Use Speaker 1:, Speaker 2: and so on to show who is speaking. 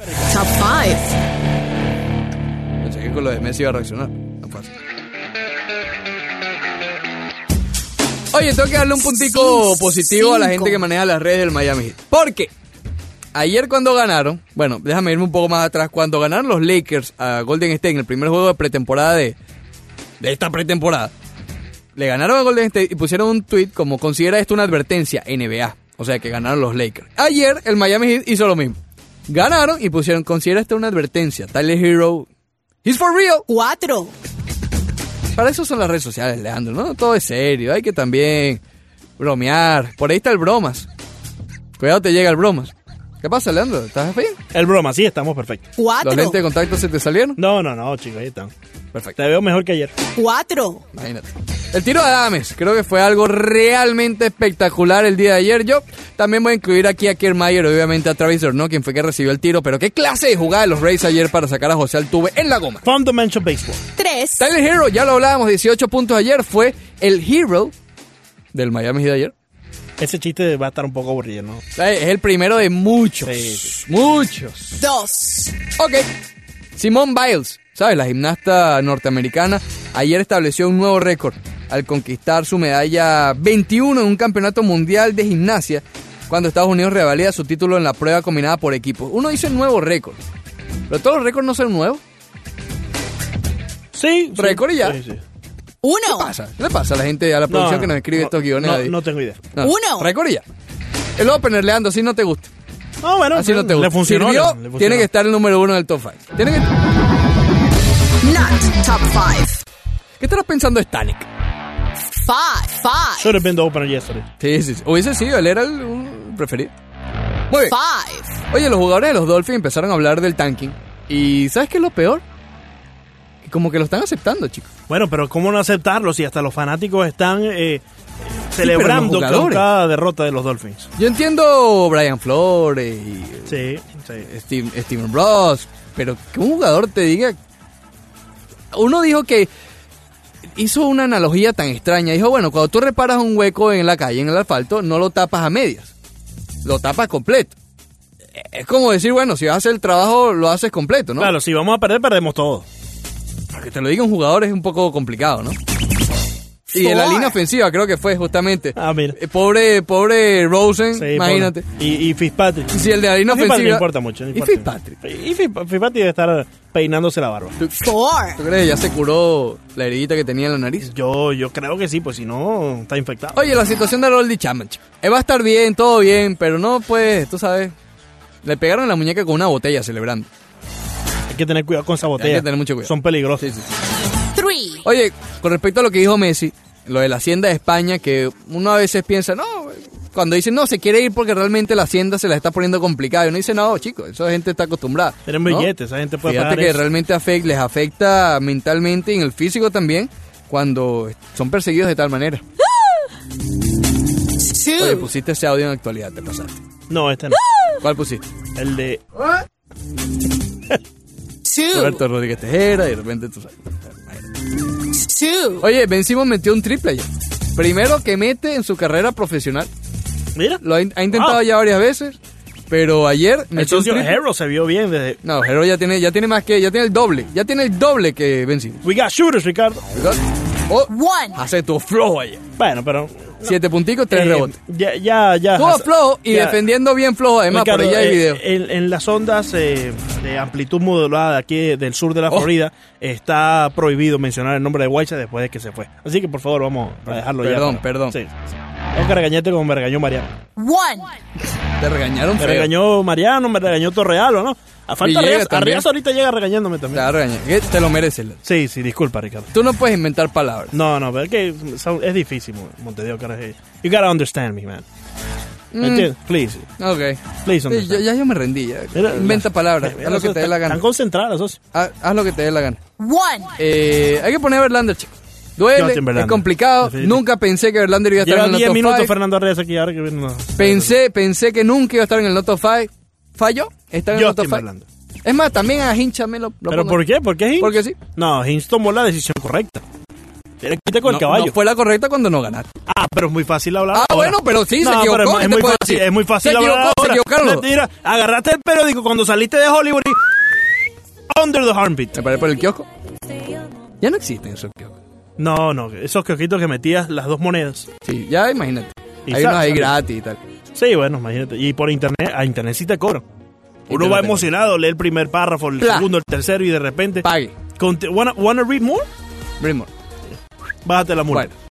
Speaker 1: Top 5.
Speaker 2: Pensé que con lo de Messi iba a reaccionar. No pasa. Oye, tengo que darle un puntico
Speaker 1: Cinco.
Speaker 2: positivo a la gente que maneja las redes del Miami Heat. Porque ayer cuando ganaron, bueno, déjame irme un poco más atrás, cuando ganaron los Lakers a Golden State en el primer juego de pretemporada de, de esta pretemporada, le ganaron a Golden State y pusieron un tweet como considera esto una advertencia NBA. O sea que ganaron los Lakers. Ayer el Miami Heat hizo lo mismo. Ganaron y pusieron considera esto una advertencia. Tyler Hero. He's for real.
Speaker 1: 4.
Speaker 2: Para eso son las redes sociales, Leandro, ¿no? Todo es serio, hay que también bromear. Por ahí está el bromas. Cuidado te llega el bromas. ¿Qué pasa, Leandro? ¿Estás bien?
Speaker 3: El broma, sí, estamos perfectos.
Speaker 1: 4.
Speaker 2: ¿Los lentes de contacto se te salieron?
Speaker 3: No, no, no, chicos, ahí están.
Speaker 2: Perfecto,
Speaker 3: Te veo mejor que ayer.
Speaker 1: 4.
Speaker 2: imagínate. El tiro de Adames, creo que fue algo realmente espectacular el día de ayer. Yo también voy a incluir aquí a Kiermaier, obviamente a Travis no quien fue que recibió el tiro, pero qué clase de jugada de los Rays ayer para sacar a José Altuve en la goma.
Speaker 3: Fundamental Baseball.
Speaker 1: 3.
Speaker 2: Tyler Hero, ya lo hablábamos, 18 puntos ayer, fue el hero del Miami Heat de ayer.
Speaker 3: Ese chiste va a estar un poco aburrido, ¿no?
Speaker 2: Es el primero de muchos.
Speaker 3: Sí, sí.
Speaker 2: Muchos.
Speaker 1: 2.
Speaker 2: Ok. Simone Biles, ¿sabes? La gimnasta norteamericana ayer estableció un nuevo récord al conquistar su medalla 21 en un campeonato mundial de gimnasia cuando Estados Unidos revalida su título en la prueba combinada por equipos. Uno dice nuevo récord, pero todos los récords no son nuevos.
Speaker 3: Sí. sí,
Speaker 2: Récord y ya.
Speaker 3: sí, sí.
Speaker 1: 1.
Speaker 2: ¿Qué pasa? ¿Qué le pasa a la gente, a la producción que nos escribe
Speaker 3: no,
Speaker 2: estos guiones?
Speaker 3: no,
Speaker 2: ahí?
Speaker 3: no tengo idea.
Speaker 2: No.
Speaker 1: Uno.
Speaker 2: Récord y ya. El opener, Leandro, así no te gusta.
Speaker 3: No, bueno,
Speaker 2: Así Ah, no te gusta.
Speaker 3: le funcionó.
Speaker 2: Sirvió,
Speaker 3: le- le funcionó.
Speaker 2: tiene que estar el número uno del top 5. Tiene que...
Speaker 1: Not Top 5.
Speaker 2: ¿Qué estarás pensando de Stanek?
Speaker 1: 5. 5.
Speaker 3: Should have been the opener yesterday.
Speaker 2: Sí, sí, sí. Hubiese sido, él era el un preferido. Muy bien.
Speaker 1: 5.
Speaker 2: Oye, los jugadores de los Dolphins empezaron a hablar del tanking. ¿Y sabes qué es lo peor? Que como que lo están aceptando, chicos.
Speaker 3: Bueno, pero ¿cómo no aceptarlo si hasta los fanáticos están eh,
Speaker 2: pero
Speaker 3: celebrando
Speaker 2: los
Speaker 3: con
Speaker 2: jugadores.
Speaker 3: cada derrota de los Dolphins?
Speaker 2: Yo entiendo Brian Flores y
Speaker 3: Sí, sí.
Speaker 2: Steve- Steven Ross, pero que un jugador te diga... Uno dijo que hizo una analogía tan extraña. Dijo, bueno, cuando tú reparas un hueco en la calle, en el asfalto, no lo tapas a medias. Lo tapas completo. Es como decir, bueno, si vas a hacer el trabajo, lo haces completo, ¿no?
Speaker 3: Claro, si vamos a perder, perdemos todo.
Speaker 2: Para que te lo diga un jugador es un poco complicado, ¿no? Y en la
Speaker 1: Four.
Speaker 2: línea ofensiva creo que fue justamente.
Speaker 3: Ah, mira.
Speaker 2: Eh, Pobre, pobre Rosen,
Speaker 3: Sí,
Speaker 2: imagínate.
Speaker 3: pobre. Y, y Fitzpatrick.
Speaker 2: Si el de la línea
Speaker 3: Fitzpatrick
Speaker 2: ofensiva...
Speaker 3: no importa mucho. no importa.
Speaker 2: Y Fitzpatrick.
Speaker 3: Y Fitz- Fitzpatrick debe estar peinándose la barba.
Speaker 2: ¿Tú
Speaker 1: 4.
Speaker 2: crees que ya se curó la heridita que tenía en la nariz?
Speaker 3: Yo, yo creo que sí, pues si no, está infectado.
Speaker 2: Oye, la situación de Roldy Chapman, chico. Eh, va a estar bien, todo bien, pero no, pues, tú sabes. Le pegaron la muñeca con una botella celebrando.
Speaker 3: Hay que tener cuidado con esa botella.
Speaker 2: Hay que tener mucho cuidado.
Speaker 3: Son peligrosos.
Speaker 2: Sí, sí, sí.
Speaker 1: 3.
Speaker 2: Oye, con respecto a lo que dijo Messi, lo de la Hacienda de España, que uno a veces piensa, no, cuando dicen, no, se quiere ir porque realmente la Hacienda se la está poniendo complicada. Y uno dice, no, chicos, esa gente está acostumbrada.
Speaker 3: Tienen
Speaker 2: ¿no?
Speaker 3: billetes, esa gente puede
Speaker 2: Fíjate
Speaker 3: pagar
Speaker 2: que
Speaker 3: eso.
Speaker 2: realmente afect- les afecta mentalmente y en el físico también cuando son perseguidos de tal manera. Oye,
Speaker 1: 2.
Speaker 2: pusiste ese audio en actualidad, te pasaste.
Speaker 3: No, este no.
Speaker 2: ¿Cuál pusiste?
Speaker 3: El de...
Speaker 1: 2.
Speaker 2: Roberto Rodríguez Tejera y de repente tú sabes.
Speaker 1: 2.
Speaker 2: Oye, Ben Simon metió un triple ayer. Primero que mete en su carrera profesional.
Speaker 3: Mira.
Speaker 2: Lo ha, in- ha intentado
Speaker 3: Wow.
Speaker 2: ya varias veces, pero ayer
Speaker 3: El
Speaker 2: metió un
Speaker 3: socio
Speaker 2: triple.
Speaker 3: Hero se vio bien desde...
Speaker 2: No, Hero ya tiene, ya tiene más que, ya tiene el doble, ya tiene el doble que Ben Simmons.
Speaker 3: We got shooters, Ricardo.
Speaker 2: ¿verdad? Oh,
Speaker 1: 1.
Speaker 2: hace tu flojo ayer.
Speaker 3: Bueno, pero...
Speaker 2: Siete punticos, tres
Speaker 3: eh,
Speaker 2: rebotes.
Speaker 3: Ya, ya, ya.
Speaker 2: Estuvo flojo y
Speaker 3: ya.
Speaker 2: defendiendo bien flojo, además, por
Speaker 3: Ricardo,
Speaker 2: ahí hay
Speaker 3: eh,
Speaker 2: video.
Speaker 3: En, en las ondas eh, de amplitud modulada aquí de- del sur de la
Speaker 2: Oh.
Speaker 3: Florida está prohibido mencionar el nombre de Guaycha después de que se fue. Así que por favor vamos a dejarlo
Speaker 2: Perdón,
Speaker 3: ya. para-
Speaker 2: perdón.
Speaker 3: Sí, sí. Es que regañaste como me regañó Mariano.
Speaker 1: 1.
Speaker 2: Te regañaron
Speaker 3: Me
Speaker 2: feo.
Speaker 3: regañó Mariano, me regañó Torrealo, ¿no? A falta
Speaker 2: Villegas
Speaker 3: Arriaza,
Speaker 2: también.
Speaker 3: Arriaza ahorita llega regañándome
Speaker 2: Te
Speaker 3: también.
Speaker 2: va a regañar. Que Te lo mereces. Lalo.
Speaker 3: Sí, sí, disculpa Ricardo.
Speaker 2: Tú no puedes inventar palabras.
Speaker 3: No, no, pero es que son- es difícil, Mon- Montevideo, carajo. You gotta understand me, man.
Speaker 2: Mm.
Speaker 3: ¿Me entiendes? Please,
Speaker 2: Ok.
Speaker 3: please
Speaker 2: Sí, ya,
Speaker 3: understand.
Speaker 2: ya yo me rendí. ya.
Speaker 3: Mira,
Speaker 2: Inventa
Speaker 3: la- eh,
Speaker 2: palabras.
Speaker 3: mira,
Speaker 2: Haz lo que
Speaker 3: socio,
Speaker 2: te dé la
Speaker 3: están-
Speaker 2: gana.
Speaker 3: Están concentradas, socio.
Speaker 2: Haz, haz lo que te dé la gana.
Speaker 1: 1.
Speaker 2: Eh, hay que poner a Verlander, chicos. Duele,
Speaker 3: Justin Verlander.
Speaker 2: es complicado.
Speaker 3: Definitivo.
Speaker 2: Nunca pensé que Verlander iba a estar
Speaker 3: Lleva
Speaker 2: en el
Speaker 3: 10
Speaker 2: top
Speaker 3: minutos
Speaker 2: Este five.
Speaker 3: Fernando Arriaza aquí ahora que viene. no.
Speaker 2: Pensé, pensé que nunca iba a estar en el Noto 5. Falló. Está en el Noto
Speaker 3: Justin
Speaker 2: 5.
Speaker 3: Verlander.
Speaker 2: Es más, también a Hincha me lo, lo
Speaker 3: ¿Pero
Speaker 2: pongo.
Speaker 3: por qué? ¿Por qué Hinch?
Speaker 2: Porque sí.
Speaker 3: No, Hinch tomó la decisión correcta. Tiene que irte con
Speaker 2: No,
Speaker 3: el caballo.
Speaker 2: no fue la correcta cuando no ganaste.
Speaker 3: Ah, pero es muy fácil hablar.
Speaker 2: Ah,
Speaker 3: ahora.
Speaker 2: bueno, pero sí, se
Speaker 3: No,
Speaker 2: equivocó,
Speaker 3: pero
Speaker 2: ¿qué
Speaker 3: es,
Speaker 2: te
Speaker 3: muy
Speaker 2: puedo
Speaker 3: fácil,
Speaker 2: decir?
Speaker 3: es muy fácil
Speaker 2: Se
Speaker 3: hablar.
Speaker 2: equivocó, se
Speaker 3: ahora.
Speaker 2: equivocaron los dos.
Speaker 3: Mentira, agarraste el periódico cuando saliste de Hollywood y under the armpit.
Speaker 2: Me paré por el kiosco. Ya no existen esos kioscos.
Speaker 3: No, no, esos kiosquitos que metías las dos monedas.
Speaker 2: Sí, ya imagínate.
Speaker 3: Y
Speaker 2: Hay
Speaker 3: sa-
Speaker 2: unos ahí
Speaker 3: sale.
Speaker 2: gratis y tal.
Speaker 3: Sí, bueno, imagínate. Y por internet, a internet sí te cobro. Uno va emocionado, lee el primer párrafo, el
Speaker 2: Pla.
Speaker 3: segundo, el tercero y de repente.
Speaker 2: Pague.
Speaker 3: Conte- wanna, wanna read more?
Speaker 2: Brimor.
Speaker 3: Bájate la multa.
Speaker 2: Bueno,